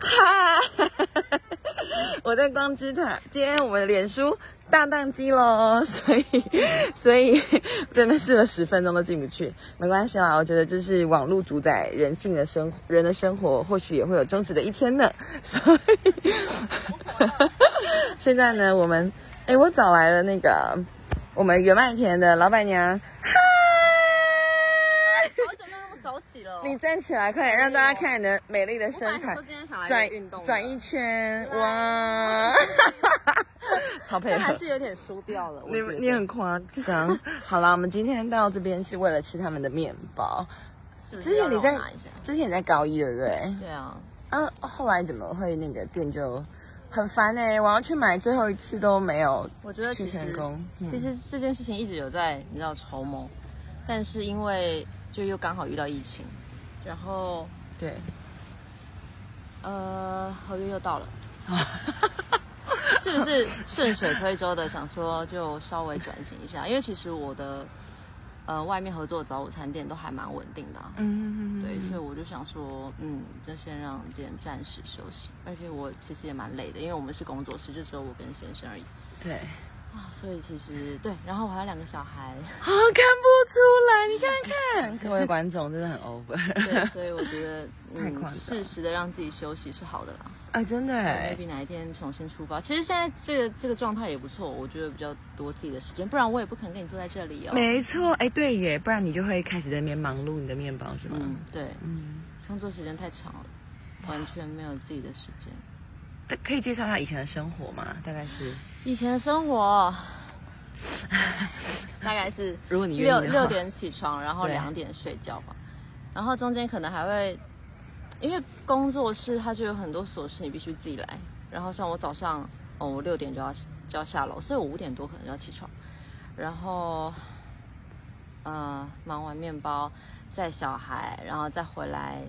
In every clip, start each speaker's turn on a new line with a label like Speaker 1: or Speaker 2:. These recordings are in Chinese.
Speaker 1: 嗨， 我在光之塔。今天我们的脸书大宕机喽， 所以所以真的试了十分钟都进不去，没关系啊啦。我觉得就是网络主宰人性的生活，人的生活或许也会有终止的一 天呢。所以现在呢，我们哎，我找来了那个我们原麦田的老板娘，
Speaker 2: 好久没有那么早起了哦。
Speaker 1: 你站起来，快点让大家看你的美丽的身
Speaker 2: 我本
Speaker 1: 材
Speaker 2: 来想说。今天想来
Speaker 1: 转
Speaker 2: 运动的，
Speaker 1: 转一圈， 哇，超配
Speaker 2: 但还
Speaker 1: 合。
Speaker 2: 是有点输掉了。
Speaker 1: 你
Speaker 2: 我觉得
Speaker 1: 你很夸 张。好啦，我们今天到这边是为了吃他们的面包。
Speaker 2: 是不是
Speaker 1: 之前你
Speaker 2: 要
Speaker 1: 在
Speaker 2: 让我拿一下
Speaker 1: 之前你在高一对不对？
Speaker 2: 对啊，
Speaker 1: 啊，后来怎么会那个店就很烦哎、我要去买，最后一次都没有
Speaker 2: 我觉得
Speaker 1: 去
Speaker 2: 其
Speaker 1: 成
Speaker 2: 实
Speaker 1: 功。嗯
Speaker 2: 其实这件事情一直有在你知道筹谋，但是因为就又刚好遇到疫情，然后
Speaker 1: 嗯对，
Speaker 2: 呃合约又到了，是 不是顺水推舟的想说就稍微转型一下？因为其实我的呃外面合作的早午餐店都还蛮稳定的、啊，
Speaker 1: 嗯，
Speaker 2: 对，所以我就想说，嗯，就先让店暂时休息。而且我其实也蛮累的，因为我们是工作室，就只有我跟先生而已
Speaker 1: 对，
Speaker 2: 啊，所以其实对。然后我还有两个小 孩，
Speaker 1: 好啊看不出来，你看看，各位观众真的很 over
Speaker 2: 对，所以我觉得，
Speaker 1: 太夸
Speaker 2: 嗯，
Speaker 1: 张
Speaker 2: 适时的让自己休息是好的啦。
Speaker 1: 啊，真的哎
Speaker 2: maybe 哪一天重新出发。其实现在这个这个状态也不错，我觉得比较多自己的时间，不然我也不可能跟你坐在这里哦。
Speaker 1: 没错，哎，对耶，不然你就会开始在那边忙碌你的面包是吗？
Speaker 2: 嗯，对，
Speaker 1: 嗯，
Speaker 2: 工作时间太长了，完全没有自己的时间。
Speaker 1: 但可以介绍一下以前的生活吗？大概是，
Speaker 2: 以前的生活， 大概是
Speaker 1: 如果你愿意
Speaker 2: 六
Speaker 1: 的话
Speaker 2: 六点起床，然后
Speaker 1: 对
Speaker 2: 两点睡觉吧，然后中间可能还会，因为工作室它就有很多琐事，你必须自己来。然后像我早上，哦，我六点就要就要下楼，所以我五点多可能就要起床，然后，呃，忙完面包，载小孩，然后再回来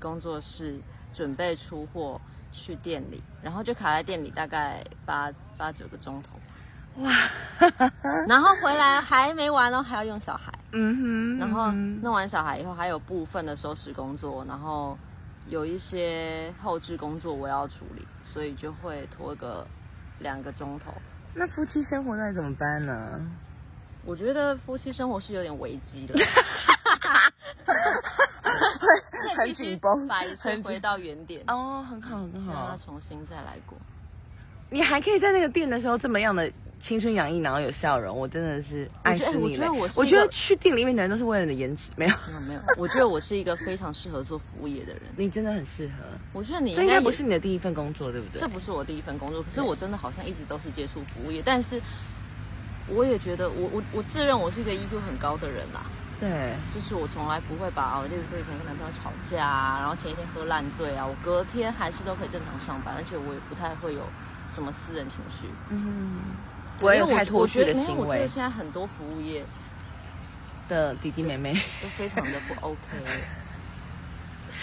Speaker 2: 工作室准备出货去店里，然后就卡在店里大概八八九个钟
Speaker 1: 嗯
Speaker 2: 头吧，哇，然后回来还没完哦，还要用小孩，
Speaker 1: 嗯哼
Speaker 2: 然后
Speaker 1: 嗯
Speaker 2: 弄完小孩以后还有部分的收拾工作，然后有一些后置工作我要处理，所以就会拖个两个钟头。
Speaker 1: 哼那夫妻生活该怎么办呢？
Speaker 2: 我觉得夫妻生活是有点危机了，所以
Speaker 1: 很
Speaker 2: 必须
Speaker 1: 紧绷
Speaker 2: 把一切
Speaker 1: 很紧
Speaker 2: 回到原点，
Speaker 1: 哦，很好很
Speaker 2: 让
Speaker 1: 好
Speaker 2: 他，重新再来过。
Speaker 1: 你还可以在那个店的时候这么样的青春洋溢，然后有笑容，我真的是爱死你了。
Speaker 2: 我觉得我觉得我是一个
Speaker 1: 我觉得去店里面的人都是为了你的颜值，没有，
Speaker 2: 没有没有，我觉得我是一个非常适合做服务业的人。
Speaker 1: 你真的很适合。
Speaker 2: 我觉得你
Speaker 1: 这应
Speaker 2: 应该
Speaker 1: 该
Speaker 2: 也
Speaker 1: 不是你的第一份工作，对不对？
Speaker 2: 这不是我第一份工作，可是我真的好像一直都是接触服务业，但是我也觉得我我我自认我是一个 EQ 很高的人啦、啊
Speaker 1: 对，
Speaker 2: 就是我从来不会把，哦我例如说以前跟男朋友吵架啊，然后前一天喝烂醉啊，我隔天还是都可以正常上班，而且我也不太会有什么私人情绪，
Speaker 1: 嗯，不会有
Speaker 2: 因为我
Speaker 1: 太脱序的
Speaker 2: 我觉得没有
Speaker 1: 行
Speaker 2: 我觉得
Speaker 1: 为
Speaker 2: 现在很多服务业
Speaker 1: 的弟弟妹妹。
Speaker 2: 都非常的不 OK。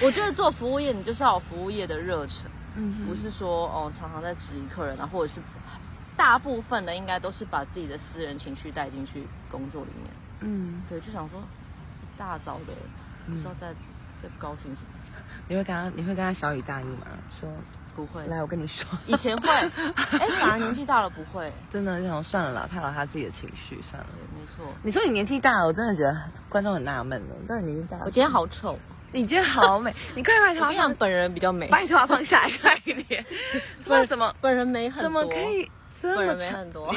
Speaker 2: 我觉得做服务业，你就是要有服务业的热忱。
Speaker 1: 嗯
Speaker 2: 不是说哦常常在质疑客人啊，或者是大部分的应该都是把自己的私人情绪带进去工作里面。
Speaker 1: 嗯，
Speaker 2: 对，就想说一大早的不知道在、在不高兴什么，
Speaker 1: 你会跟他，你会跟他小雨大意吗？说
Speaker 2: 不会。
Speaker 1: 来，我跟你说，
Speaker 2: 以前 会，哎，反而年纪大了不会。
Speaker 1: 真的就想算了啦，他有他自己的情绪，算了
Speaker 2: 对。，没错。
Speaker 1: 你说你年纪大了，我真的觉得观众很纳闷了。但你年纪大了
Speaker 2: 我，今天好丑，
Speaker 1: 你今天好美，你快把头
Speaker 2: 我跟
Speaker 1: 发
Speaker 2: 你讲，
Speaker 1: 放，
Speaker 2: 本人比较美，
Speaker 1: 把你头发放下来快一 点。不然怎么
Speaker 2: 本人美很
Speaker 1: 怎
Speaker 2: 多，
Speaker 1: 么可以这
Speaker 2: 本
Speaker 1: 么
Speaker 2: 人美
Speaker 1: 长？
Speaker 2: 很多。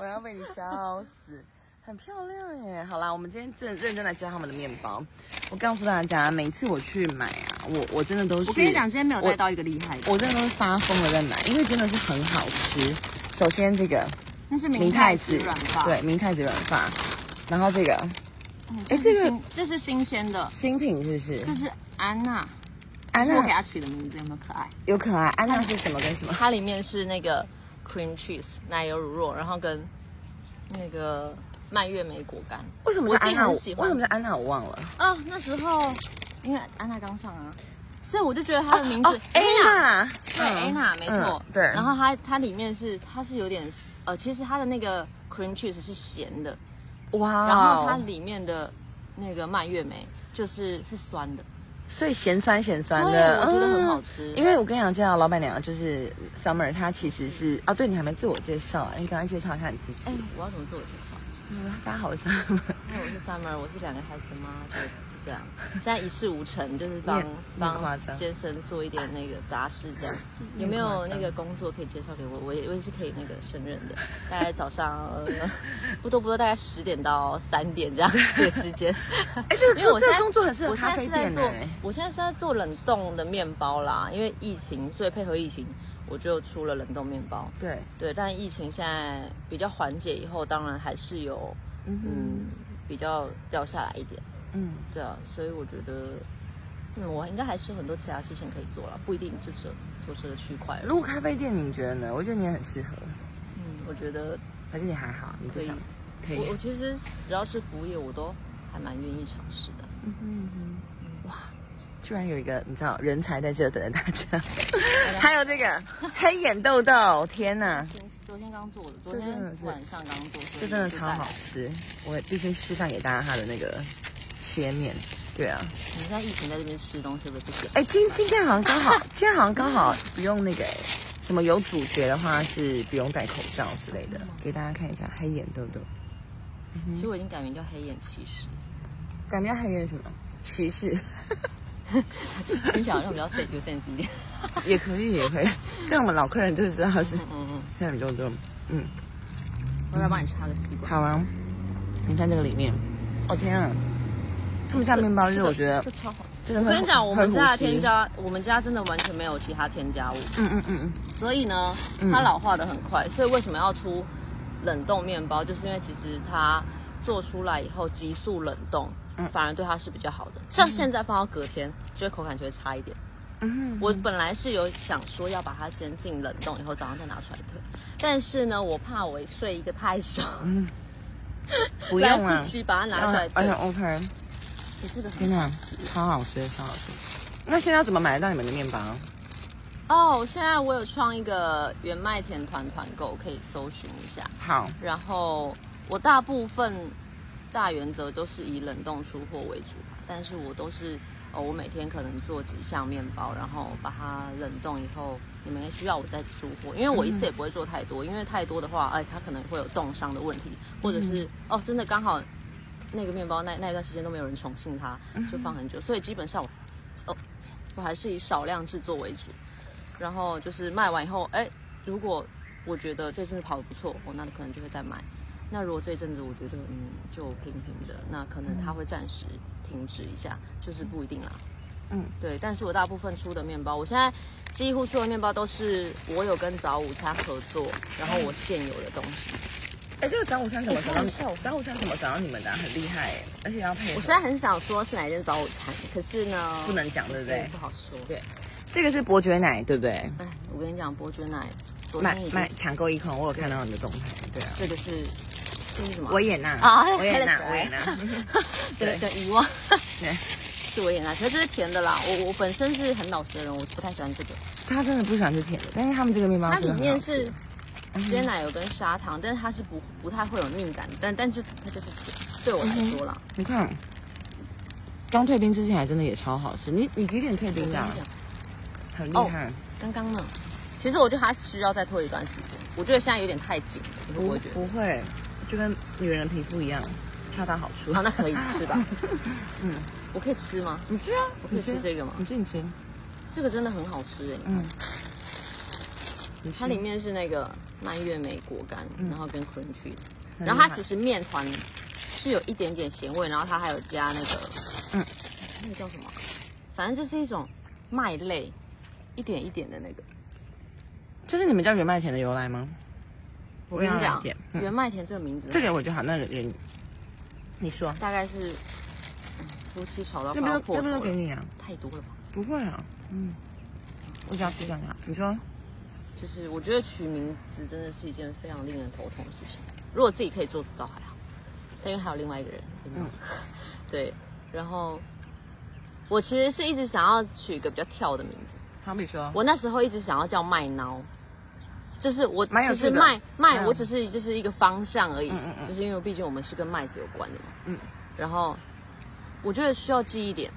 Speaker 1: 我要被你笑死。很漂亮耶！好啦，我们今天正认真来教他们的面包。我告诉大家，每次我去买啊，我我真的都是
Speaker 2: 天没有
Speaker 1: 我带
Speaker 2: 到一个厉害的，
Speaker 1: 我真的都是发疯了在买，因为真的是很好吃。首先这个
Speaker 2: 那是
Speaker 1: 明太子，对，明太子软发，然后这个哎这个
Speaker 2: 这是新鲜的，
Speaker 1: 新品是不是？
Speaker 2: 是安娜，
Speaker 1: 安
Speaker 2: 是我给
Speaker 1: 娜
Speaker 2: 它取的名字有没有可爱？
Speaker 1: 有可爱，安娜
Speaker 2: 嗯
Speaker 1: 是什么跟什么？
Speaker 2: 它里面是那个 cream cheese 奶油乳酪，然后跟那个蔓越莓果干。
Speaker 1: 为什么
Speaker 2: 我
Speaker 1: 是
Speaker 2: 自
Speaker 1: 安
Speaker 2: 己
Speaker 1: 娜？
Speaker 2: 很
Speaker 1: 为
Speaker 2: 喜
Speaker 1: 什
Speaker 2: 欢
Speaker 1: 么是安娜？我忘了。
Speaker 2: 哦，那时候因为安娜刚上啊，所以我就觉得它的名字
Speaker 1: 哦，安娜，
Speaker 2: 对安娜没错
Speaker 1: 嗯，对
Speaker 2: 然后它它里面是它是有点呃，其实它的那个 cream cheese 是咸的，
Speaker 1: 哇哦，
Speaker 2: 然后它里面的那个蔓越莓就是是酸的，
Speaker 1: 所以咸酸咸酸
Speaker 2: 对，
Speaker 1: 的，
Speaker 2: 我觉得很
Speaker 1: 嗯
Speaker 2: 好吃。
Speaker 1: 因为我跟你讲，这样老板娘就是 Summer，她其实是啊，对你还没自我介绍，啊你赶快介绍一下你自己。
Speaker 2: 哎，我要怎么自我介绍？
Speaker 1: 嗯大家好，我 是 Summer，
Speaker 2: 因为我是 Summer，我是两个孩子的妈， 就是这样。现在一事无成，就是帮
Speaker 1: 你很夸
Speaker 2: 帮
Speaker 1: 张
Speaker 2: 先生做一点那个杂事这 样。
Speaker 1: 你
Speaker 2: 有
Speaker 1: 很
Speaker 2: 没有
Speaker 1: 夸张
Speaker 2: 那个工作可以介绍给我？我也我也是可以那个胜任的，大概早上、呃 不多不多，大概十点到三点这样这个时间。
Speaker 1: 哎，这个
Speaker 2: 因为我
Speaker 1: 这
Speaker 2: 现
Speaker 1: 个
Speaker 2: 在
Speaker 1: 工作很适合
Speaker 2: 我现
Speaker 1: 咖
Speaker 2: 在
Speaker 1: 啡
Speaker 2: 是在
Speaker 1: 店呢欸
Speaker 2: 做。，我现在是在做冷冻的面包啦，因为疫情，所以配合疫情，我就出了冷冻面包。
Speaker 1: 对，
Speaker 2: 对，但疫情现在比较缓解以后，当然还是有
Speaker 1: 嗯
Speaker 2: 嗯
Speaker 1: 哼
Speaker 2: 比较掉下来一点。
Speaker 1: 嗯，
Speaker 2: 对啊，所以我觉得，嗯，我应该还是有很多其他事情可以做了，不一定就是做这个区块。
Speaker 1: 如果咖啡店你觉得呢？我觉得你也很适合，
Speaker 2: 嗯，我觉得
Speaker 1: 还是你还好，你
Speaker 2: 可
Speaker 1: 不
Speaker 2: 以
Speaker 1: 想。可以
Speaker 2: 我我其实只要是服务业，我都还蛮愿意尝试的。
Speaker 1: 嗯哼嗯哼哇，居然有一个你知道人才在这等着大家，还有这 个黑眼豆豆，天哪，
Speaker 2: 昨昨天刚做的，昨
Speaker 1: 这
Speaker 2: 天
Speaker 1: 真的是
Speaker 2: 晚上刚做，所以
Speaker 1: 这真的
Speaker 2: 就
Speaker 1: 超
Speaker 2: 带
Speaker 1: 好
Speaker 2: 来。
Speaker 1: 吃，我必须示范给大家它的那个切面，对 啊。
Speaker 2: 你现在疫情在这边吃东西会不会不行？
Speaker 1: 哎，今今天好像刚好， 今天好像刚好不用那个哎，什么有主角的话是不用戴口罩之类的。给大家看一下黑眼豆豆，嗯
Speaker 2: 其实我已经改名叫黑眼骑士，
Speaker 1: 改名叫黑眼什么骑士
Speaker 2: 听起来好像比较 sense sense 一点。
Speaker 1: 也可以也可以，但我们老客人就知道是
Speaker 2: 嗯嗯嗯，
Speaker 1: 黑眼豆豆。嗯，
Speaker 2: 我再帮你插个吸管。
Speaker 1: 好啊，你看这个里面，哦天啊，他们家面包就
Speaker 2: 这
Speaker 1: 是
Speaker 2: 个
Speaker 1: 我觉得
Speaker 2: 这超好吃。
Speaker 1: 真的
Speaker 2: 我
Speaker 1: 会
Speaker 2: 跟你讲，我
Speaker 1: 会
Speaker 2: 们家
Speaker 1: 呼
Speaker 2: 的
Speaker 1: 吸
Speaker 2: 添加，我们家真的完全没有其他添加物，
Speaker 1: 嗯嗯嗯嗯，
Speaker 2: 所以呢，
Speaker 1: 嗯
Speaker 2: 它老化的很快。所以为什么要出冷冻面包？就是因为其实它做出来以后急速冷冻
Speaker 1: 嗯，
Speaker 2: 反而对它是比较好的。像现在放到隔天，就会口感就会差一点。
Speaker 1: 嗯
Speaker 2: 我本来是有想说要把它先进冷冻，以后早上再拿出来退，但是呢，我怕我睡一个太少，
Speaker 1: 嗯， 不用
Speaker 2: 来
Speaker 1: 啊哎
Speaker 2: 不，及把它拿出来
Speaker 1: 而且
Speaker 2: 退。
Speaker 1: OK。
Speaker 2: 你这个很
Speaker 1: 天哪，超好吃，超好吃。那现在要怎么买得到你们的面包？
Speaker 2: 哦，现在我有创一个原麦田团团购，可以搜寻一下。
Speaker 1: 好，
Speaker 2: 然后我大部分大原则都是以冷冻出货为主，但是我都是哦，我每天可能做几项面包，然后把它冷冻以后，你们需要我再出货，因为我一次也不会做太多，因为太多的话，哎，它可能会有冻伤的问题，或者是、哦，真的刚好那个面包那那一段时间都没有人宠幸它，就放很久，所以基本上我哦，我还是以少量制作为主，然后就是卖完以后，哎，如果我觉得这阵子跑得不错，我那可能就会再买。那如果这阵子我觉得嗯就平平的，那可能它会暂时停止一下，就是不一定啦。
Speaker 1: 嗯，
Speaker 2: 对。但是我大部分出的面包，我现在几乎出的面包都是我有跟早午餐合作，然后我现有的东西。
Speaker 1: 哎、这个早午餐怎么找到你？
Speaker 2: 哎开玩笑
Speaker 1: 早午餐怎么找到你们的啊、很厉害哎，而且要配合。
Speaker 2: 我现在很想说是哪一间早午餐，可是呢，哎
Speaker 1: 不能讲，对不对
Speaker 2: 不？好说。
Speaker 1: 对这个是伯爵奶，对不对？
Speaker 2: 哎，我跟你讲，伯爵奶昨
Speaker 1: 买
Speaker 2: 天已
Speaker 1: 买
Speaker 2: 经
Speaker 1: 抢购一空，我有看到你的动态。对啊，
Speaker 2: 这个是这是什么？
Speaker 1: 维也纳
Speaker 2: 啊
Speaker 1: 维也纳，
Speaker 2: 对
Speaker 1: 维也纳。
Speaker 2: 这个
Speaker 1: 对
Speaker 2: 这个遗忘。
Speaker 1: 对，
Speaker 2: 是维也纳，可是这是甜的啦。我我本身是很老实的人，我不太喜欢这个。
Speaker 1: 他真的不喜欢吃甜的，啊但是他们这个面包
Speaker 2: 它
Speaker 1: 真
Speaker 2: 里
Speaker 1: 的嗯很
Speaker 2: 面
Speaker 1: 好吃
Speaker 2: 是鲜奶油跟砂糖，但是它是不不太会有腻感，但但就它就是甜，对我
Speaker 1: 嗯
Speaker 2: 来说啦。
Speaker 1: 你看，刚退冰之前还真的也超好吃。你你几点退
Speaker 2: 我跟
Speaker 1: 冰
Speaker 2: 你
Speaker 1: 的啊、
Speaker 2: 讲，
Speaker 1: 很厉
Speaker 2: 哦
Speaker 1: 害。
Speaker 2: 刚刚呢，其实我觉得它需要再拖一段时间。我觉得现在有点太紧了，你
Speaker 1: 不
Speaker 2: 会不会觉得？
Speaker 1: 哦不会，就跟女人的皮肤一样，恰到好处。
Speaker 2: 啊，那可以吃吧？
Speaker 1: 嗯，
Speaker 2: 我可以吃吗？
Speaker 1: 你吃啊，
Speaker 2: 我可以吃
Speaker 1: 个，
Speaker 2: 这个吗？
Speaker 1: 你吃你吃，
Speaker 2: 这个真的很好吃哎。
Speaker 1: 嗯，你吃
Speaker 2: 它里面是那个蔓越莓果干，
Speaker 1: 嗯
Speaker 2: 然后跟 cream cheese，
Speaker 1: 很
Speaker 2: 然后它
Speaker 1: 厉害
Speaker 2: 其实面团是有一点点咸味，然后它还有加那个，
Speaker 1: 嗯
Speaker 2: 嗯，那个叫什么？反正就是一种麦类，一点一点的那个。
Speaker 1: 这是你们叫原麦田的由来吗？
Speaker 2: 我跟
Speaker 1: 原
Speaker 2: 你
Speaker 1: 麦
Speaker 2: 讲
Speaker 1: 田，嗯
Speaker 2: 原麦田这个名字，
Speaker 1: 这个我就好，那个给你，你说，
Speaker 2: 大概是嗯夫妻吵到
Speaker 1: 要不
Speaker 2: 快
Speaker 1: 要要
Speaker 2: 要破
Speaker 1: 不要
Speaker 2: 头
Speaker 1: 给
Speaker 2: 了，
Speaker 1: 你啊？
Speaker 2: 太多了吧？
Speaker 1: 不会啊，嗯，我只要吃上它。你说，
Speaker 2: 就是我觉得取名字真的是一件非常令人头痛的事情。如果自己可以做主倒还好，但因为还有另外一个人，
Speaker 1: 嗯
Speaker 2: 嗯， 对。然后我其实是一直想要取一个比较跳的名字，
Speaker 1: 好比说，
Speaker 2: 我那时候一直想要叫麦孬，就是我
Speaker 1: 蛮有
Speaker 2: 只
Speaker 1: 趣的
Speaker 2: 是麦
Speaker 1: 蛮
Speaker 2: 麦，
Speaker 1: 有
Speaker 2: 我只是就是一个方向而已，
Speaker 1: 嗯嗯嗯
Speaker 2: 就是因为毕竟我们是跟麦子有关的嘛，
Speaker 1: 嗯
Speaker 2: 嗯。然后我觉得需要记忆点，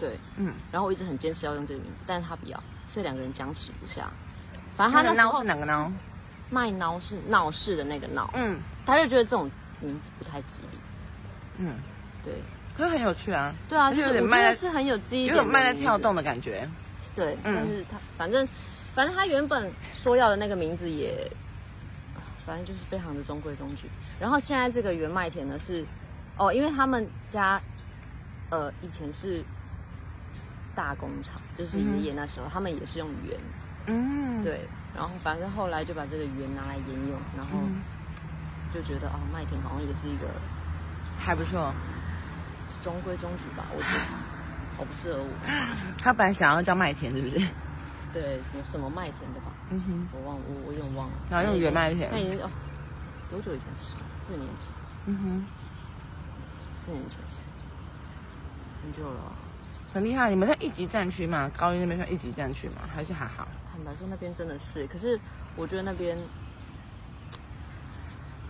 Speaker 2: 对，
Speaker 1: 嗯，
Speaker 2: 然后我一直很坚持要用这个名字，但是他不要，所以两个人僵持不下。反正
Speaker 1: 他的
Speaker 2: 他那时
Speaker 1: 闹
Speaker 2: 候
Speaker 1: 是哪个闹？
Speaker 2: 卖闹是闹事的那个闹，
Speaker 1: 嗯
Speaker 2: 他就觉得这种名字不太吉利。
Speaker 1: 嗯，
Speaker 2: 对，
Speaker 1: 可是很有趣啊，
Speaker 2: 对啊，
Speaker 1: 而
Speaker 2: 就
Speaker 1: 且
Speaker 2: 是
Speaker 1: 有点
Speaker 2: 我觉
Speaker 1: 卖
Speaker 2: 得
Speaker 1: 在
Speaker 2: 是很有记忆
Speaker 1: 有
Speaker 2: 点的
Speaker 1: 种卖在
Speaker 2: 名
Speaker 1: 跳
Speaker 2: 字
Speaker 1: 动的感觉。
Speaker 2: 对，
Speaker 1: 嗯
Speaker 2: 但是他反正反正他原本说要的那个名字也，反正就是非常的中规中矩。然后现在这个原麦田呢是，哦，因为他们家呃以前是大工厂，就是
Speaker 1: 嗯哼
Speaker 2: 爷爷那时候、他们也是用圆，
Speaker 1: 嗯，，
Speaker 2: 对。然后反正后来就把这个圆拿来沿用，然后
Speaker 1: 嗯，
Speaker 2: 就觉得哦麦田好像也是一个
Speaker 1: 还不错。
Speaker 2: 中规中矩吧，我觉得好不适合我。
Speaker 1: 他本来想要叫麦田，是不是？
Speaker 2: 对，什么什么麦田的吧。
Speaker 1: 嗯哼，
Speaker 2: 我忘我我有点忘了。
Speaker 1: 然后用原麦田
Speaker 2: 那已经哦，多久以前？是四年前，
Speaker 1: 嗯哼。
Speaker 2: 四年前，很久了。
Speaker 1: 很厉害，你们在一级战区吗？高一那边算一级战区吗？还是还好？
Speaker 2: 坦白说，那边真的是，可是我觉得那边，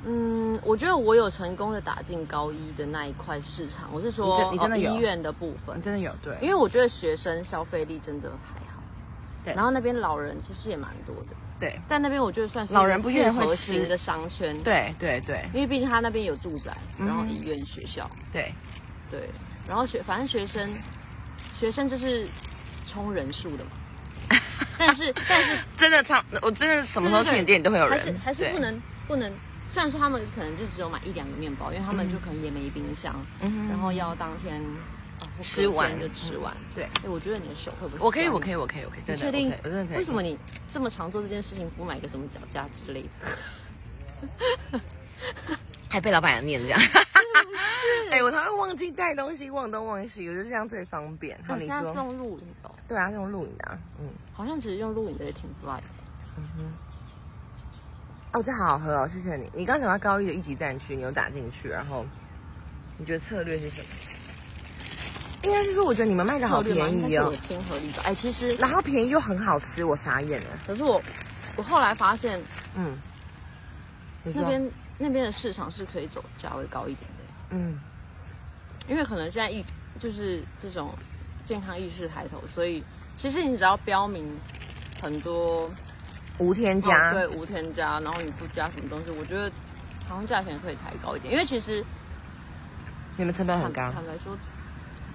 Speaker 2: 嗯，我觉得我有成功的打进高一的那一块市场。我是说
Speaker 1: 你真你真的
Speaker 2: 哦
Speaker 1: 有
Speaker 2: 医院的部分
Speaker 1: 你，真的有对，
Speaker 2: 因为我觉得学生消费力真的还好。
Speaker 1: 对
Speaker 2: 然后那边老人其实也蛮多的，
Speaker 1: 对
Speaker 2: 但那边我觉得算是
Speaker 1: 老人不
Speaker 2: 一
Speaker 1: 见得
Speaker 2: 个
Speaker 1: 会
Speaker 2: 复合
Speaker 1: 吃
Speaker 2: 型的商圈，，
Speaker 1: 对对对
Speaker 2: 因为毕竟他那边有住宅，然后
Speaker 1: 嗯
Speaker 2: 医院、学校，
Speaker 1: 对，
Speaker 2: 对，然后学反正学生，学生就是冲人 数的嘛。但是但是
Speaker 1: 真的唱，我真的什么时候去你店里都会有人，
Speaker 2: 还是还是
Speaker 1: 对
Speaker 2: 不，能不能。虽然说他们可能就只有买一两个面包，因为他们就可能也没冰箱，
Speaker 1: 嗯哼
Speaker 2: 然后要当天、啊或
Speaker 1: 吃完
Speaker 2: 隔天就吃完。
Speaker 1: 对
Speaker 2: 哎，我觉得你的手会不会？
Speaker 1: 我可以我可以。我可以我可以，
Speaker 2: 你
Speaker 1: 真的
Speaker 2: 确
Speaker 1: 我
Speaker 2: 定
Speaker 1: 可以？我真的可以。
Speaker 2: 为什么？你这么常做这件事情，不买个什么脚架之类的？
Speaker 1: 还被老板娘念这样？哎、我常常忘记带东西，忘东忘西，我觉得这样最方便。 好，
Speaker 2: 我
Speaker 1: 你
Speaker 2: 现在
Speaker 1: 说，
Speaker 2: 用录影的哦，
Speaker 1: 对啊，用录影的、啊，嗯
Speaker 2: 好像其实用录影的也挺 right 的。
Speaker 1: 嗯哼。哦，这好好喝哦，谢谢你。你刚讲到高一的一级战区，你有打进去，然后你觉得策略是什么？应该是说，我觉得你们卖的好
Speaker 2: 策略
Speaker 1: 便
Speaker 2: 嘛应该
Speaker 1: 宜
Speaker 2: 是
Speaker 1: 哦
Speaker 2: 有，亲和力吧？哎，其实
Speaker 1: 然后便宜又很好吃，我傻眼了。
Speaker 2: 可是我我后来发现
Speaker 1: 嗯，你说
Speaker 2: 那边那边的市场是可以走价位高一点的，
Speaker 1: 嗯
Speaker 2: 因为可能现在意就是这种健康意识抬头，所以其实你只要标明很多
Speaker 1: 无添加，
Speaker 2: 哦对无添加，然后你不加什么东西，我觉得好像价钱可以抬高一点，因为其实
Speaker 1: 你们成本很
Speaker 2: 坦
Speaker 1: 高，
Speaker 2: 坦白说，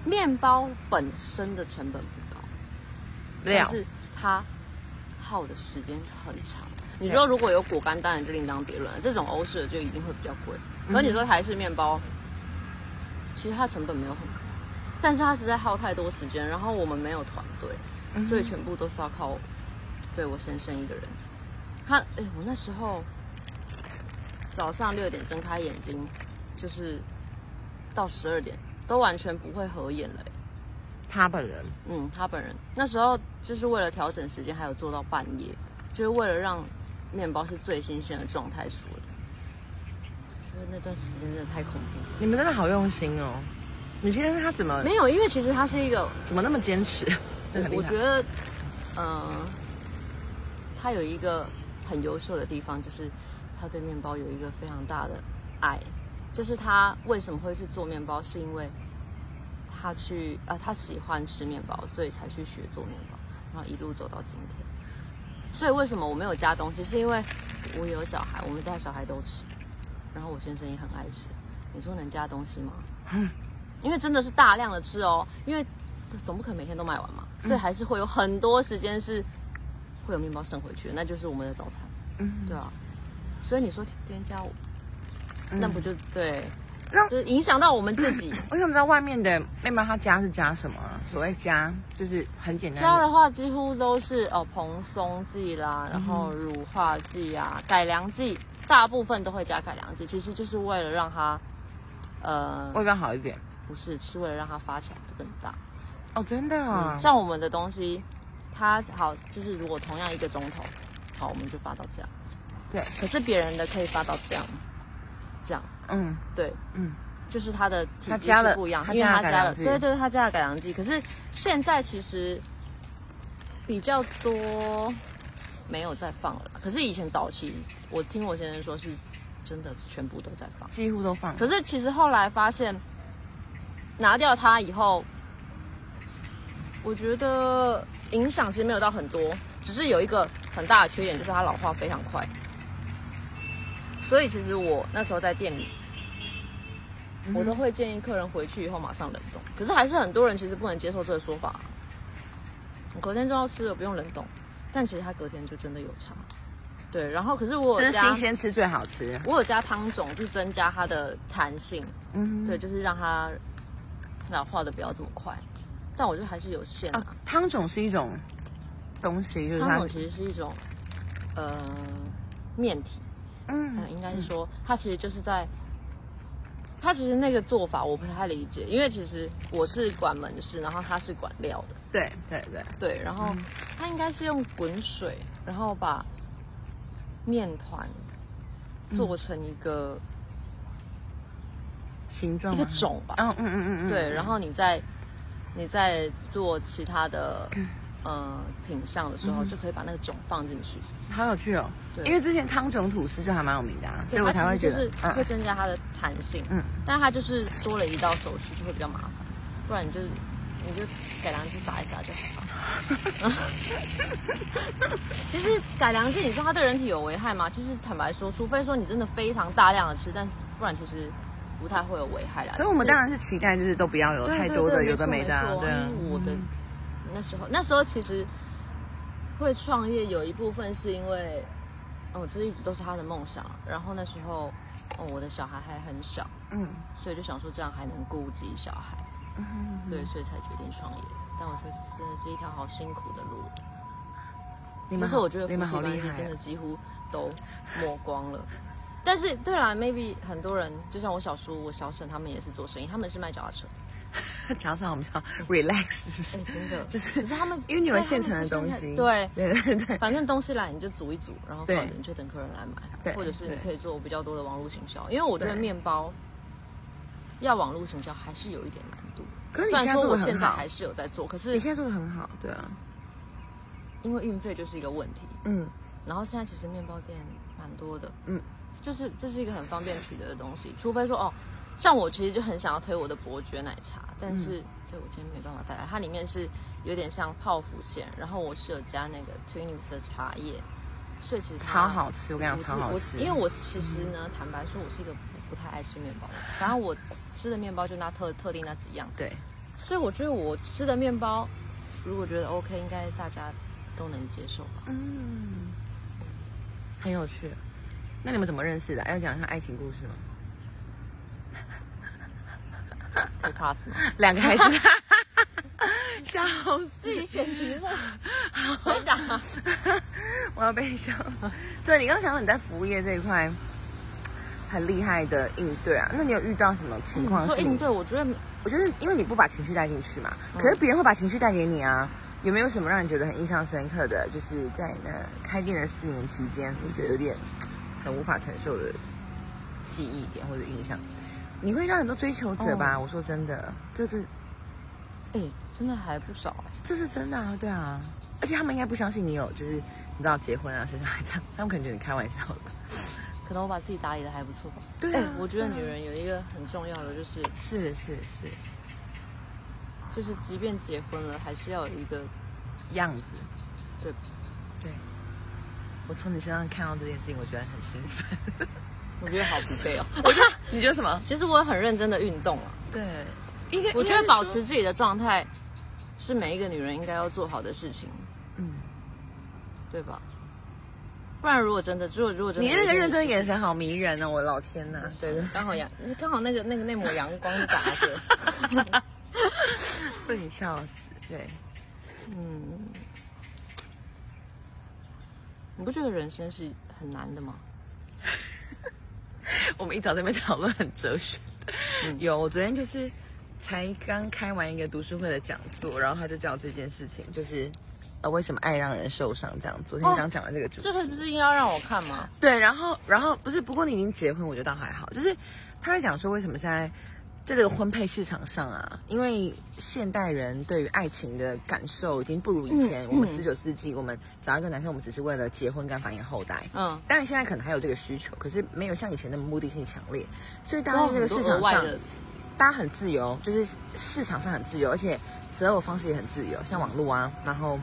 Speaker 2: 面包本身的成本不高，但
Speaker 1: 料
Speaker 2: 是它耗的时间很长。你说如果有果干，当然就另当别论了。这种欧式的就一定会比较贵。可是你说台式面包，其实它成本没有很高，但是它实在耗太多时间。然后我们没有团队，所以全部都是要靠对我先生一个人。他，哎，我那时候早上六点睁开眼睛，就是到十二点都完全不会合眼了。
Speaker 1: 他本人
Speaker 2: 嗯，他本人那时候就是为了调整时间，还有做到半夜，就是为了让面包是最新鲜的状态出来。觉得那段时间真的太恐怖了。
Speaker 1: 你们真的好用心哦。你先生他怎么
Speaker 2: 没有，因为其实它是一个，
Speaker 1: 怎么那么坚持？真的很厉害
Speaker 2: 我觉得，呃，他有一个很优秀的地方，就是他对面包有一个非常大的爱。就是他为什么会去做面包，是因为他去呃他喜欢吃面包，所以才去学做面包，然后一路走到今天。所以为什么我没有加东西，是因为我有小孩，我们家小孩都吃，然后我先生也很爱吃。你说能加东西吗？因为真的是大量的吃哦，因为总不可能每天都卖完嘛，
Speaker 1: 嗯
Speaker 2: 所以还是会有很多时间是会有面包剩回去的，那就是我们的早餐，
Speaker 1: 嗯，
Speaker 2: 对啊。所以你说添加我，那不就对？
Speaker 1: 嗯让
Speaker 2: 就是影响到我们自 己。
Speaker 1: 我想知道外面的面包他加是加什么啊？所谓加就是很简单
Speaker 2: 加
Speaker 1: 的，
Speaker 2: 的话几乎都是哦蓬松剂
Speaker 1: 嗯
Speaker 2: 啦，然后乳化剂啊、改良剂，大部分都会加改良剂，其实就是为了让它，呃，
Speaker 1: 味道好一点。
Speaker 2: 不是，是为了让它发起来更大。
Speaker 1: 哦，真的啊
Speaker 2: 嗯，，像我们的东西，它好就是如果同样一个钟头，好我们就发到这样，
Speaker 1: 对，
Speaker 2: 可是别人的可以发到这样，这样，
Speaker 1: 嗯
Speaker 2: 对，
Speaker 1: 嗯，
Speaker 2: 就是它的体
Speaker 1: 它
Speaker 2: 积
Speaker 1: 加了
Speaker 2: 是不一样，
Speaker 1: 它
Speaker 2: 因为
Speaker 1: 加了
Speaker 2: 它
Speaker 1: 改
Speaker 2: 加
Speaker 1: 良
Speaker 2: 了，
Speaker 1: 剂
Speaker 2: 对对，它加了改良剂。可是现在其实比较多没有再放了啦，可是以前早期我听我先生说是真的全部都在放，
Speaker 1: 几乎都放。
Speaker 2: 可是其实后来发现拿掉它以后，我觉得影响其实没有到很多，只是有一个很大的缺点，就是它老化非常快。所以其实我那时候在店里，
Speaker 1: 嗯
Speaker 2: 我都会建议客人回去以后马上冷冻。可是还是很多人其实不能接受这个说法、你隔天就要吃了，不用冷冻。但其实它隔天就真的有差。对，然后可是我
Speaker 1: 就
Speaker 2: 有
Speaker 1: 是
Speaker 2: 加
Speaker 1: 新，鲜吃最好吃。
Speaker 2: 我有加汤种，就增加它的弹性。
Speaker 1: 嗯，
Speaker 2: 对，就是让它老化的不要这么快。但我觉得还是有限
Speaker 1: 啊
Speaker 2: 啊。，
Speaker 1: 汤种是一种东西，就是
Speaker 2: 汤
Speaker 1: 它
Speaker 2: 种，其实是一种呃面体，
Speaker 1: 嗯
Speaker 2: 嗯，应该是说它其实就是在，它其实那个做法我不太理解，因为其实我是管门市，然后它是管料的，
Speaker 1: 对对对，
Speaker 2: 对，然后它应该是用滚水，然后把面团做成一个、
Speaker 1: 形状
Speaker 2: 一个
Speaker 1: 吗，
Speaker 2: 种吧，
Speaker 1: 嗯嗯嗯嗯嗯，
Speaker 2: 对，然后你再你再做其他的
Speaker 1: 嗯
Speaker 2: 呃品相的时候，就可以把那个种放进去。
Speaker 1: 好有趣哦。
Speaker 2: 对
Speaker 1: 因为之前汤种吐司就还蛮有名的、啊，所
Speaker 2: 对
Speaker 1: 以我
Speaker 2: 它
Speaker 1: 才会
Speaker 2: 其
Speaker 1: 觉
Speaker 2: 实
Speaker 1: 得，
Speaker 2: 就是
Speaker 1: 嗯
Speaker 2: 会增加它的弹性，
Speaker 1: 嗯，
Speaker 2: 但它就是多了一道手续就会比较麻烦，不然你就你就改良剂撒一撒就好了。 其实改良剂，你说它对人体有危害吗？其实坦白说，除非说你真的非常大量的吃，但是不然其实不太会有危害啦。
Speaker 1: 所以我们
Speaker 2: 只是
Speaker 1: 当然是期待，就是都不要有
Speaker 2: 对
Speaker 1: 太
Speaker 2: 对
Speaker 1: 多的
Speaker 2: 对
Speaker 1: 有的
Speaker 2: 错
Speaker 1: 没的啊，
Speaker 2: 错
Speaker 1: 对啊
Speaker 2: 因为我的那时候，那时候其实会创业有一部分是因为，哦，这一直都是他的梦想。然后那时候，哦，我的小孩还很小，
Speaker 1: 嗯
Speaker 2: 所以就想说这样还能顾及小孩，
Speaker 1: 嗯，
Speaker 2: 对，所以才决定创业。但我觉得这真的是一条好辛苦的路，
Speaker 1: 你
Speaker 2: 就
Speaker 1: 们
Speaker 2: 是
Speaker 1: 好
Speaker 2: 我觉得
Speaker 1: 你
Speaker 2: 夫
Speaker 1: 们
Speaker 2: 妻
Speaker 1: 好
Speaker 2: 关
Speaker 1: 厉
Speaker 2: 系
Speaker 1: 害
Speaker 2: 真
Speaker 1: 啊
Speaker 2: 的，几乎都抹光了。但是对啦，maybe 很多人，就像我小叔、我小婶他们也是做生意，他们是卖脚踏车，
Speaker 1: 讲上我们叫 relax 是不
Speaker 2: 哎、
Speaker 1: 是？
Speaker 2: 真的，
Speaker 1: 就是
Speaker 2: 可是他们
Speaker 1: 因为你们
Speaker 2: 对他
Speaker 1: 现
Speaker 2: 们
Speaker 1: 成的
Speaker 2: 不是
Speaker 1: 东
Speaker 2: 很
Speaker 1: 西，
Speaker 2: 对，
Speaker 1: 对对对，
Speaker 2: 反正东西来你就煮一煮，然后放
Speaker 1: 对
Speaker 2: 着你就等客人来
Speaker 1: 对
Speaker 2: 买，或者是你
Speaker 1: 对
Speaker 2: 可以做比较多的网络行销，因为我觉得
Speaker 1: 对
Speaker 2: 面包要网络行销还是有一点难度。
Speaker 1: 可是你
Speaker 2: 虽然
Speaker 1: 现在
Speaker 2: 说
Speaker 1: 做
Speaker 2: 我
Speaker 1: 得很
Speaker 2: 现在
Speaker 1: 好
Speaker 2: 还是有在做，可
Speaker 1: 你
Speaker 2: 是
Speaker 1: 现在做的很好，对啊，
Speaker 2: 因为运费就是一个问题。
Speaker 1: 嗯，
Speaker 2: 然后现在其实面包店蛮多的，
Speaker 1: 嗯
Speaker 2: 嗯，就是这是一个很方便取得的东西，除非说哦，像我其实就很想要推我的伯爵奶茶，但
Speaker 1: 嗯
Speaker 2: 是、对我今天没办法带来，它里面是有点像泡芙馅，然后我是有加那个 Twinings 的茶叶，所以其实它
Speaker 1: 超好吃，我跟你
Speaker 2: 我
Speaker 1: 讲
Speaker 2: 自
Speaker 1: 超好
Speaker 2: 我
Speaker 1: 吃，嗯
Speaker 2: 因为我其实呢，坦白说，我是一个不不太爱吃面包的人，反正我吃的面包就那特特定那几样，
Speaker 1: 对
Speaker 2: 所以我觉得我吃的面包，如果觉得 OK，应该大家都能接受吧。
Speaker 1: 嗯，很有趣。那你们怎么认识的？要讲一下爱情故事吗？
Speaker 2: 可以 pass 吗？
Speaker 1: 两个 孩子，笑死！
Speaker 2: 自己选题 了，回答。
Speaker 1: 我要被笑
Speaker 2: 啊
Speaker 1: 死。对你刚刚讲到你在服务业这一块很厉害的应对啊，那你有遇到什么情况
Speaker 2: 你嗯说
Speaker 1: 是
Speaker 2: 应
Speaker 1: 你？
Speaker 2: 对，嗯我觉得
Speaker 1: 我觉得因为你不把情绪带进去嘛，可是别人会把情绪带给你啊。有没有什么让你觉得很印象深刻的？就是在那开店的四年期间，你觉得有点很无法承受的记忆点或者印象？你会让很多追求者
Speaker 2: 哦
Speaker 1: 吧？我说真的，这是
Speaker 2: 哎、真的还不少哎、
Speaker 1: 这是真的啊，对啊，而且他们应该不相信你有，就是你知道结婚啊、生小孩这样， 他们可能觉得你开玩笑的。
Speaker 2: 哎可能我把自己打理的还不错吧。
Speaker 1: 对啊
Speaker 2: 哎我觉得
Speaker 1: 对啊
Speaker 2: 女人有一个很重要的就是，
Speaker 1: 是是是，
Speaker 2: 就是即便结婚了，还是要有一个
Speaker 1: 样子。
Speaker 2: 对
Speaker 1: 对，我从你身上看到这件事情，我觉得很兴奋。
Speaker 2: 我觉得好疲惫哦。
Speaker 1: 你觉得什么？
Speaker 2: 其实我很认真的运动啊，
Speaker 1: 对，应该
Speaker 2: 我觉得保，持自己的状态是每一个女人应该要做好的事情，
Speaker 1: 嗯，
Speaker 2: 对吧？不然如果真的，如果如果真的，
Speaker 1: 你那个认真的眼，神好迷人哦，我老天呐！
Speaker 2: 对 对，刚好阳，刚好那个那个那抹阳光打着，
Speaker 1: 被你笑死。对，
Speaker 2: 嗯，你不觉得人生是很难的吗？
Speaker 1: 我们一早在那边讨论很哲学的。
Speaker 2: 嗯
Speaker 1: 有，我昨天就是才刚开完一个读书会的讲座，然后他就讲这件事情，就是呃为什么爱让人受伤这样。昨天
Speaker 2: 哦
Speaker 1: 刚讲完这个主题，
Speaker 2: 这个不是应该要让我看吗？
Speaker 1: 对，然后然后不是，不过你已经结婚，我觉得倒还好。就是他在讲说，为什么现在在这个婚配市场上啊，因为现代人对于爱情的感受已经不如以前。
Speaker 2: 嗯
Speaker 1: 我们
Speaker 2: 嗯
Speaker 1: 十九世纪，我们找一个男生，我们只是为了结婚跟繁衍后代。
Speaker 2: 嗯，
Speaker 1: 当然，现在可能还有这个需求，可是没有像以前那么目的性强烈，所以大
Speaker 2: 然
Speaker 1: 家
Speaker 2: 后
Speaker 1: 在这个
Speaker 2: 很
Speaker 1: 市
Speaker 2: 多额
Speaker 1: 场
Speaker 2: 外
Speaker 1: 上，
Speaker 2: 的，
Speaker 1: 大家很自由，就是市场上很自由，而且择偶方式也很自由，像网络啊，然后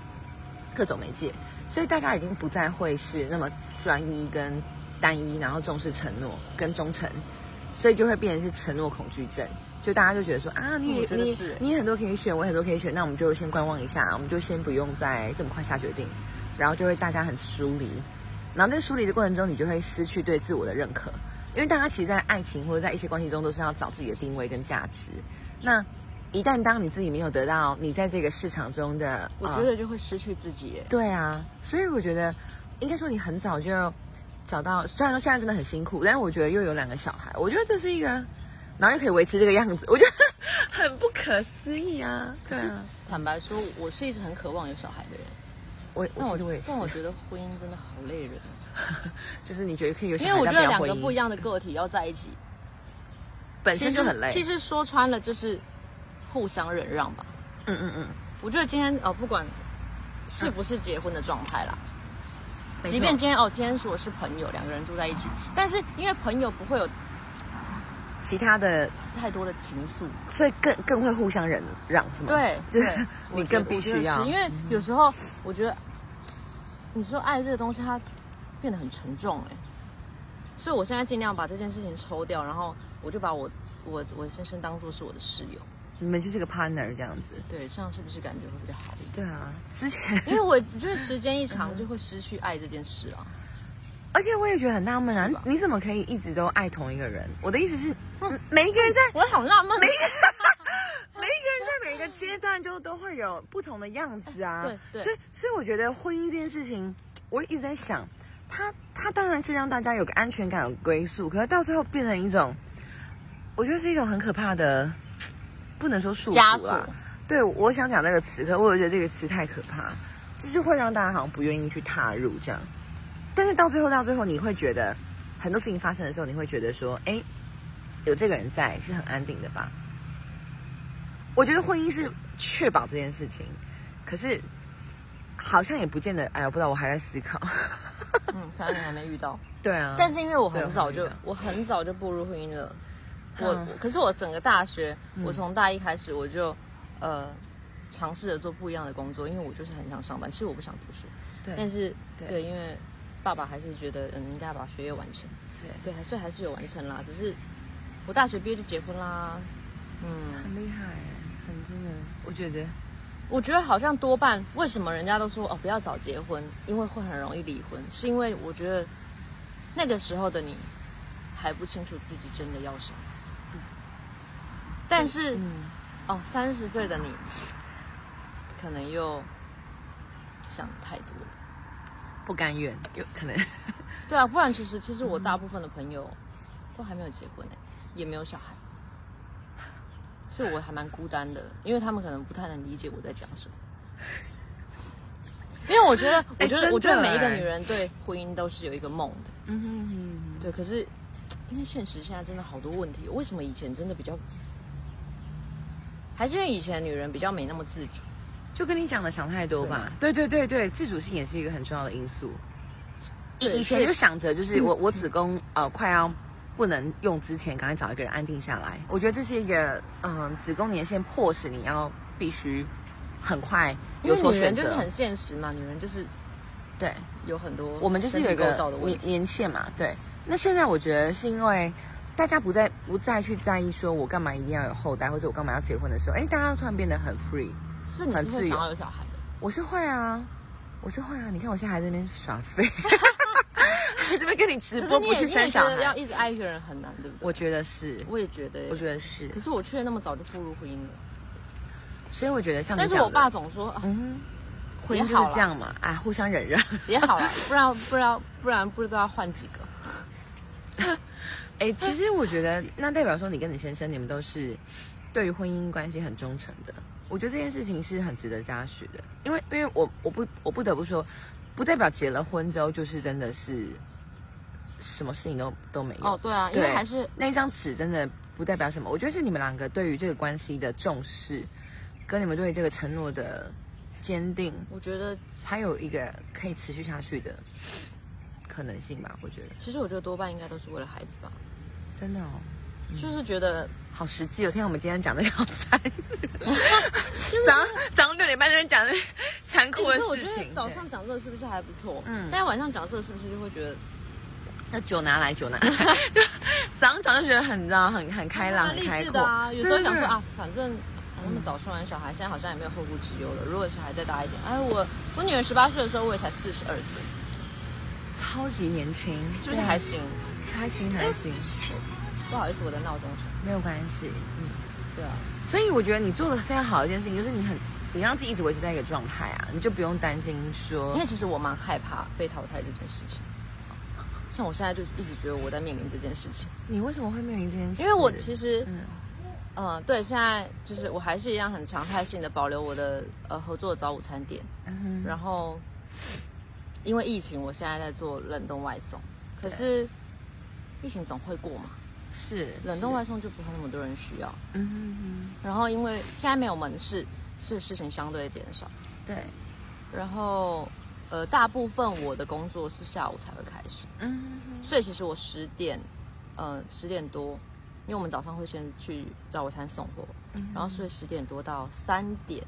Speaker 1: 各种媒介，所以大家已经不再会是那么专一跟单一，然后重视承诺跟忠诚，所以就会变成是承诺恐惧症。就大家就觉得说啊，你
Speaker 2: 嗯我觉得
Speaker 1: 你
Speaker 2: 是
Speaker 1: 你很多可以选，我很多可以选，那我们就先观望一下，我们就先不用再这么快下决定，然后就会大家很疏离，然后在梳理的过程中，你就会失去对自我的认可，因为大家其实，在爱情或者在一些关系中，都是要找自己的定位跟价值。那一旦当你自己没有得到你在这个市场中的，
Speaker 2: 我
Speaker 1: 呃
Speaker 2: 觉得就会失去自己耶。
Speaker 1: 对啊，所以我觉得应该说你很早就找到，虽然说现在真的很辛苦，但是我觉得又有两个小孩，我觉得这是一个，然后又可以维持这个样子，我觉得很不可思议啊！对啊，
Speaker 2: 坦白说，我是一直很渴望有小孩的人，
Speaker 1: 我
Speaker 2: 但
Speaker 1: 我其实我也是
Speaker 2: 但，我觉得婚姻真的好累人，啊
Speaker 1: 就是你觉得可以有小
Speaker 2: 因
Speaker 1: 孩，
Speaker 2: 为我觉
Speaker 1: 但
Speaker 2: 得
Speaker 1: 要
Speaker 2: 两
Speaker 1: 婚
Speaker 2: 个
Speaker 1: 姻
Speaker 2: 不一样的个体要在一起，
Speaker 1: 本身
Speaker 2: 其
Speaker 1: 就
Speaker 2: 实
Speaker 1: 很累，
Speaker 2: 其实说穿了就是互相忍让吧。
Speaker 1: 嗯嗯嗯，
Speaker 2: 我觉得今天哦，不管是不是结婚的状态啦，
Speaker 1: 没
Speaker 2: 即便
Speaker 1: 错
Speaker 2: 今天哦，今天是我是朋友，两个人住在一起，但是因为朋友不会有
Speaker 1: 其他的
Speaker 2: 太多的情愫，
Speaker 1: 所以更更会互相忍让，是吗？
Speaker 2: 对
Speaker 1: 就是
Speaker 2: 对
Speaker 1: 你
Speaker 2: 我觉
Speaker 1: 更
Speaker 2: 得
Speaker 1: 必
Speaker 2: 我觉得
Speaker 1: 须要，
Speaker 2: 是因为有时候我觉得你说爱这个东西，它变得很沉重哎、所以我现在尽量把这件事情抽掉，然后我就把我我我先生当做是我的室友，
Speaker 1: 你们就是个 partner 这样子。
Speaker 2: 对，这样是不是感觉会比较好一点？
Speaker 1: 对啊，之前，
Speaker 2: 因为我觉得时间一长就会失去爱这件事啊。
Speaker 1: 而且我也觉得很纳闷啊
Speaker 2: 是吧，嗯
Speaker 1: 你怎么可以一直都爱同一个人？我的意思是，每一个人在
Speaker 2: 我好纳闷，
Speaker 1: 每一个人在每一个阶段就都会有不同的样子啊。
Speaker 2: 对对
Speaker 1: 所以所以我觉得婚姻这件事情，我一直在想，它它当然是让大家有个安全感、有归宿，可是到最后变成一种，我觉得是一种很可怕的，不能说束
Speaker 2: 枷
Speaker 1: 缚啊
Speaker 2: 锁。
Speaker 1: 对，我想讲这个词，可是我觉得这个词太可怕，就是会让大家好像不愿意去踏入这样。但是到最后，到最后你会觉得很多事情发生的时候，你会觉得说，哎，有这个人在是很安定的吧？我觉得婚姻是确保这件事情，可是好像也不见得。哎呀，不知道，我还在思考。
Speaker 2: 嗯，反正你还没遇到。
Speaker 1: 对啊，
Speaker 2: 但是因为我
Speaker 1: 对
Speaker 2: 很早
Speaker 1: 我
Speaker 2: 就
Speaker 1: 很遇到
Speaker 2: 我很早就步入婚姻了，我、
Speaker 1: 嗯
Speaker 2: 我可是我整个大学，
Speaker 1: 嗯
Speaker 2: 我从大一开始我就呃尝试着做不一样的工作，因为我就是很想上班，其实我不想读书，
Speaker 1: 对
Speaker 2: 但是
Speaker 1: 对
Speaker 2: 对，因为爸爸还是觉得嗯应该把学业完成，
Speaker 1: 对
Speaker 2: 对，还所以还是有完成啦，只是我大学毕业就结婚啦，嗯，
Speaker 1: 很厉害，很真的，我觉得
Speaker 2: 我觉得好像多半为什么人家都说哦不要早结婚，因为会很容易离婚，是因为我觉得那个时候的你还不清楚自己真的要什么。但是、
Speaker 1: 嗯，
Speaker 2: 哦，三十岁的你可能又想太多了。
Speaker 1: 不甘愿，有可能。
Speaker 2: 对啊，不然其实其实我
Speaker 1: 嗯
Speaker 2: 大部分的朋友都还没有结婚呢、也没有小孩，所以我还蛮孤单的，因为他们可能不太能理解我在讲什么。因为我 觉得，我觉得，
Speaker 1: 哎真的
Speaker 2: 我觉得每一个
Speaker 1: 欸
Speaker 2: 女人对婚姻都是有一个梦的，
Speaker 1: 嗯哼哼
Speaker 2: 对。可是，因为现实现在真的好多问题，为什么以前真的比较，还是因为以前的女人比较没那么自主，
Speaker 1: 就跟你讲的想太多吧。对对对对，自主性也是一个很重要的因素。以
Speaker 2: 对
Speaker 1: 以前就想着就是 我我子宫呃快要不能用之前，赶快找一个人安定下来。我觉得这是一个嗯、子宫年限迫使你要必须很快
Speaker 2: 因
Speaker 1: 有
Speaker 2: 为
Speaker 1: 所
Speaker 2: 女
Speaker 1: 选
Speaker 2: 人就
Speaker 1: 择。
Speaker 2: 是很现实嘛，女人就是
Speaker 1: 对，
Speaker 2: 有很多
Speaker 1: 我们就是有一
Speaker 2: 身体
Speaker 1: 个
Speaker 2: 构造的问
Speaker 1: 年
Speaker 2: 题。
Speaker 1: 年限嘛，对。那现在我觉得是因为大家不再不再去在意说我干嘛一定要有后代，或者我干嘛要结婚的时候，哎，大家突然变得很 free。
Speaker 2: 所以你是
Speaker 1: 很自
Speaker 2: 会想
Speaker 1: 由
Speaker 2: 要有小孩的，
Speaker 1: 我是会啊，我是会啊。你看我现在还在那边耍 废，还这边跟你直
Speaker 2: 可
Speaker 1: 播
Speaker 2: 是你
Speaker 1: 不
Speaker 2: 也
Speaker 1: 去
Speaker 2: 你也
Speaker 1: 生
Speaker 2: 觉
Speaker 1: 小
Speaker 2: 得要
Speaker 1: 孩。
Speaker 2: 一直爱一个人很难，对不对？
Speaker 1: 我觉得是，
Speaker 2: 我也觉得耶，
Speaker 1: 我觉得是
Speaker 2: 可，是我却那么早就步入婚姻了，
Speaker 1: 所以我觉得像你
Speaker 2: 但是
Speaker 1: 讲
Speaker 2: 我爸
Speaker 1: 的，
Speaker 2: 总说 啊
Speaker 1: 嗯，婚姻
Speaker 2: 也
Speaker 1: 就是
Speaker 2: 好啦
Speaker 1: 这样嘛，哎，互相忍让。
Speaker 2: 也好了，不然不然不然不知道要换几个。
Speaker 1: 哎，其实我觉得那代表说你跟你先生你们都是对于婚姻关系很忠诚的，我觉得这件事情是很值得嘉许的，因为因为我我不我不得不说，不代表结了婚之后就是真的是什么事情都都没有
Speaker 2: 哦，对啊，因为
Speaker 1: 对
Speaker 2: 还是
Speaker 1: 那一张纸真的不代表什么，我觉得是你们两个对于这个关系的重视，跟你们对于这个承诺的坚定，
Speaker 2: 我觉得，
Speaker 1: 还有一个可以持续下去的可能性吧。我觉得
Speaker 2: 其实我觉得多半应该都是为了孩子吧。
Speaker 1: 真的哦，
Speaker 2: 就是觉得
Speaker 1: 好实际哦！天啊，我们今天讲的要塞，早上早上六点半这边讲的残酷
Speaker 2: 欸
Speaker 1: 的
Speaker 2: 可是我
Speaker 1: 事
Speaker 2: 觉得
Speaker 1: 情，
Speaker 2: 早上讲这个是不是还不错？
Speaker 1: 嗯
Speaker 2: 嗯，但是晚上讲这个是不是就会觉得
Speaker 1: 那酒拿来酒拿来，早上早上就觉得很你知道很很开朗
Speaker 2: 蛮
Speaker 1: 很
Speaker 2: 励
Speaker 1: 开
Speaker 2: 志
Speaker 1: 阔
Speaker 2: 的啊？有时候
Speaker 1: 对
Speaker 2: 想说
Speaker 1: 对
Speaker 2: 啊，反正。啊那么早生完小孩，现在好像也没有后顾之忧了。如果小孩再大一点，哎，我我女儿十八岁的时候，我也才四十二岁，
Speaker 1: 对超级年轻，
Speaker 2: 是不是还行？
Speaker 1: 开心还行，
Speaker 2: 不好意思，我的闹钟响。
Speaker 1: 没有关系，嗯。
Speaker 2: 对啊，
Speaker 1: 所以我觉得你做的非常好的一件事情，就是你很你让自己一直维持在一个状态啊，你就不用担心说
Speaker 2: 因为其实我蛮害怕被淘汰这件事情。像我现在就一直觉得我在面临这件事情，
Speaker 1: 你为什么会面临这件事，
Speaker 2: 因为我其实，
Speaker 1: 嗯
Speaker 2: 嗯，对，现在就是呃我还是一样很常态性的保留我的呃合作的早午餐店，
Speaker 1: 嗯
Speaker 2: 然后因为疫情，我现在在做冷冻外送，可是疫情总会过嘛，
Speaker 1: 哼是
Speaker 2: 冷冻
Speaker 1: 是
Speaker 2: 外送就不会那么多人需要。
Speaker 1: 嗯哼
Speaker 2: 然后因为现在没有门市，所以事情相对减少。
Speaker 1: 哼对
Speaker 2: 然后呃，大部分我的工作是下午才会开始，
Speaker 1: 嗯哼
Speaker 2: 所以其实我十点，呃，十点多，因为我们早上会先去早午餐送货，
Speaker 1: 嗯哼
Speaker 2: 然后所以十点多到三点，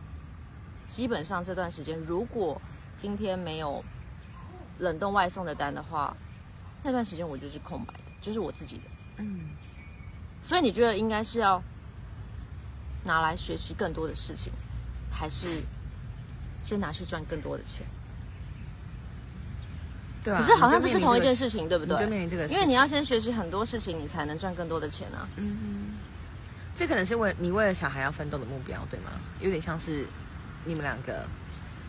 Speaker 2: 基本上这段时间，如果今天没有冷冻外送的单的话，那段时间我就是空白的，就是我自己的。
Speaker 1: 嗯
Speaker 2: 所以你觉得应该是要拿来学习更多的事情，还是先拿去赚更多的钱？
Speaker 1: 对啊，
Speaker 2: 可是好像这是
Speaker 1: 你就面临
Speaker 2: 同一
Speaker 1: 个
Speaker 2: 件事情，对不对
Speaker 1: 你就面临这个？事
Speaker 2: 因为你要先学习很多事情，你才能赚更多的钱啊。
Speaker 1: 嗯哼，这可能是为你为了小孩要奋斗的目标，对吗？有点像是你们两个。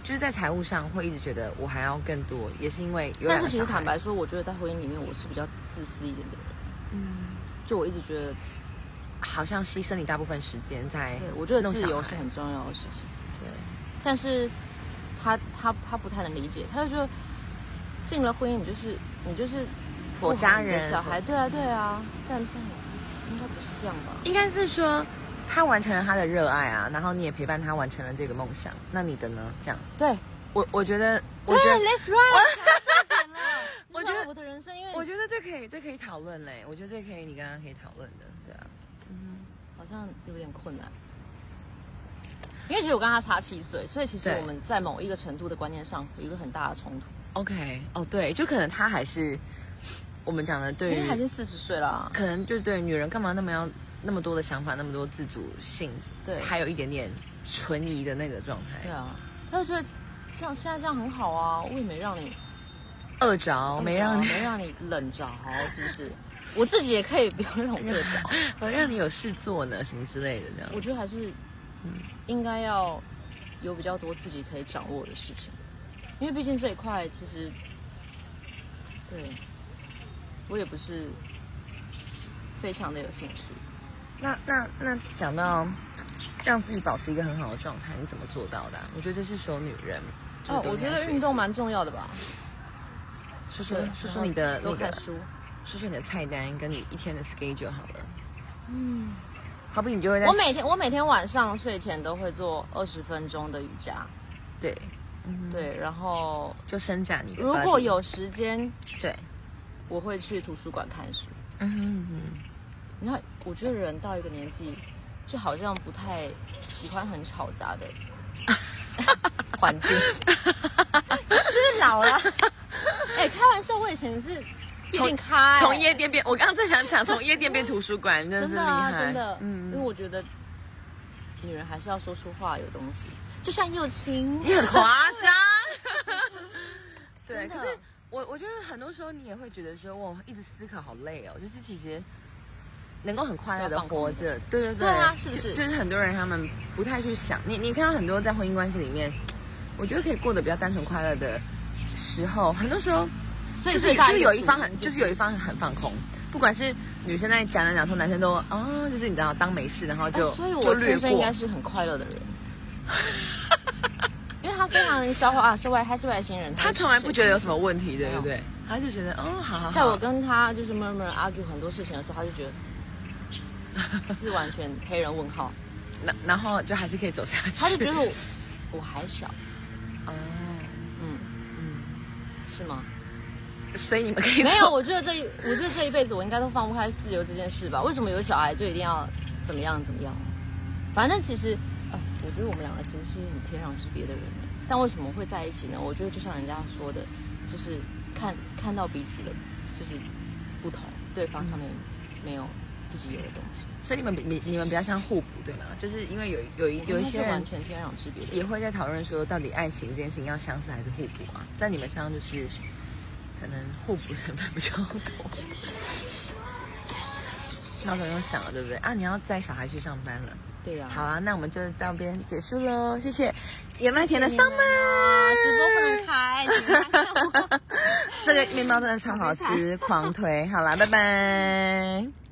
Speaker 1: 就是在财务上会一直觉得我还要更多，也是因为有两
Speaker 2: 但
Speaker 1: 个
Speaker 2: 是其实
Speaker 1: 小孩
Speaker 2: 坦白，说，我觉得在婚姻里面我是比较自私一点的人，
Speaker 1: 嗯，
Speaker 2: 就我一直觉得，
Speaker 1: 好像牺牲你大部分时间在
Speaker 2: 对我觉得
Speaker 1: 弄
Speaker 2: 自
Speaker 1: 小
Speaker 2: 由
Speaker 1: 孩
Speaker 2: 是很重要的事情。
Speaker 1: 对，
Speaker 2: 但是他他他不太能理解，他就觉得进了婚姻，你就是你就是
Speaker 1: 我
Speaker 2: 顾好
Speaker 1: 家
Speaker 2: 你的
Speaker 1: 人
Speaker 2: 小孩，对啊对啊，但但我应该不是这样吧？
Speaker 1: 应该是说他完成了他的热爱啊，然后你也陪伴他完成了这个梦想。那你的呢？这样，
Speaker 2: 对，
Speaker 1: 我我觉得，我
Speaker 2: 对
Speaker 1: 觉得，
Speaker 2: ，Let's run，
Speaker 1: 我
Speaker 2: 我
Speaker 1: 觉
Speaker 2: 觉
Speaker 1: 得
Speaker 2: 得我的人生，因为
Speaker 1: 我觉得这可以，这可以讨论嘞。我觉得这可以，你刚刚可以讨论的，对啊。
Speaker 2: 好像有点困难。因为其实我跟他差七岁，所以其实
Speaker 1: 对
Speaker 2: 我们在某一个程度的观念上有一个很大的冲突。
Speaker 1: OK，哦对，就可能他还是我们讲的对
Speaker 2: 因为他已
Speaker 1: 于，
Speaker 2: 经四十岁了啊，
Speaker 1: 可能就对女人干嘛那么要那么多的想法，那么多自主性，
Speaker 2: 对
Speaker 1: 还有一点点存疑的那个状
Speaker 2: 对
Speaker 1: 态，
Speaker 2: 啊，他就觉得这样现在这样很好啊，我也没让你
Speaker 1: 饿着哦没让你，
Speaker 2: 没让你冷着，是不是？我自己也可以不要让我饿着。
Speaker 1: 没让你有事做呢，什么之类的这样
Speaker 2: 我。觉得还是应该要有比较多自己可以掌握的事情，因为毕竟这一块其实，对我也不是非常的有兴趣。
Speaker 1: 那那那讲到让自己保持一个很好的状态，你怎么做到的啊、我觉得这是所有女人。
Speaker 2: 哦，我觉得运动
Speaker 1: 嘛，
Speaker 2: 蛮重要的吧。
Speaker 1: 说说
Speaker 2: 对，
Speaker 1: 说
Speaker 2: 然后
Speaker 1: 说你的那
Speaker 2: 多
Speaker 1: 个
Speaker 2: 看，书。
Speaker 1: 说说你的菜单跟你一天的 schedule 好了。
Speaker 2: 嗯，
Speaker 1: 好比你就会在
Speaker 2: 我每天我每天晚上睡前都会做二十分钟的瑜伽，
Speaker 1: 对，嗯，
Speaker 2: 对，然后
Speaker 1: 就伸展你的 body。
Speaker 2: 如果有时间，
Speaker 1: 对，
Speaker 2: 我会去图书馆看书。
Speaker 1: 嗯哼嗯
Speaker 2: 你看，我觉得人到一个年纪，就好像不太喜欢很吵 杂的环境，就是老了。哎、开玩笑，我以前是夜店
Speaker 1: 哼，
Speaker 2: 咖、哎
Speaker 1: 从夜店变，我刚刚正想讲从夜店变图书馆，真的
Speaker 2: 真
Speaker 1: 是厉
Speaker 2: 的啊，
Speaker 1: 害，
Speaker 2: 真的，因为
Speaker 1: 嗯，
Speaker 2: 我觉得女人还是要说出话，有东西，就像幼青，
Speaker 1: 你很夸 张。对，
Speaker 2: 真的
Speaker 1: 可是我我觉得很多时候你也会觉得说，我一直思考好累哦，就是其实。能够很快乐的活着，对对
Speaker 2: 对啊是不是
Speaker 1: 就是很多人他们不太去想，你你看到很多在婚姻关系里面，我觉得可以过得比较单纯快乐的时候，很多时候
Speaker 2: 所以
Speaker 1: 就是
Speaker 2: 最大
Speaker 1: 就是
Speaker 2: 个
Speaker 1: 有一
Speaker 2: 主
Speaker 1: 方
Speaker 2: 因
Speaker 1: 很就是有一方很放空，不管是女生在讲来讲去，男生都啊、哦就是你知道当没事，然后就、
Speaker 2: 啊所以
Speaker 1: 就
Speaker 2: 我
Speaker 1: 略
Speaker 2: 先
Speaker 1: 过
Speaker 2: 生应该是很快乐的人，因为他非常消化啊，是外他是外星人，
Speaker 1: 他从来不觉得有什么问题，对
Speaker 2: 没
Speaker 1: 不
Speaker 2: 有
Speaker 1: 对？他就觉得哦，好好好，
Speaker 2: 在我跟他就是 murmur argue 很多事情的时候，他就觉得是完全黑人问号，
Speaker 1: 然然后就还是可以走下去，
Speaker 2: 他就觉得我啊我还小，
Speaker 1: 哦，
Speaker 2: 嗯，
Speaker 1: 嗯，
Speaker 2: 是吗？
Speaker 1: 所以你们可以
Speaker 2: 没有，
Speaker 1: 做
Speaker 2: 我觉得这一，我觉得这一辈子我应该都放不开自由这件事吧？为什么有小孩就一定要怎么样怎么样？反正其实，啊，我觉得我们两个其实是很天壤之别的人，欸但为什么会在一起呢？我觉得就像人家说的，就是看看到彼此的，就是不同，对方上面没有自己有的东西，
Speaker 1: 所以你们比你你们比较像互补，对吗？就是因为有有一有
Speaker 2: 我
Speaker 1: 一
Speaker 2: 们
Speaker 1: 些
Speaker 2: 是完
Speaker 1: 人
Speaker 2: 全天壤之别的人
Speaker 1: 也会在讨论说，到底爱情这件事情要相似还是互补啊？在你们身上就是可能互补成分比较 多。闹钟又响了，对不对啊？你要载小孩去上班了。
Speaker 2: 对呀、
Speaker 1: 好啊，那我们就到这边结束喽，谢谢野麦田的
Speaker 2: 你们
Speaker 1: summer
Speaker 2: 啊，直播不能开，你们 还看我
Speaker 1: 这个面包真的超好吃，狂推。好啦，拜拜。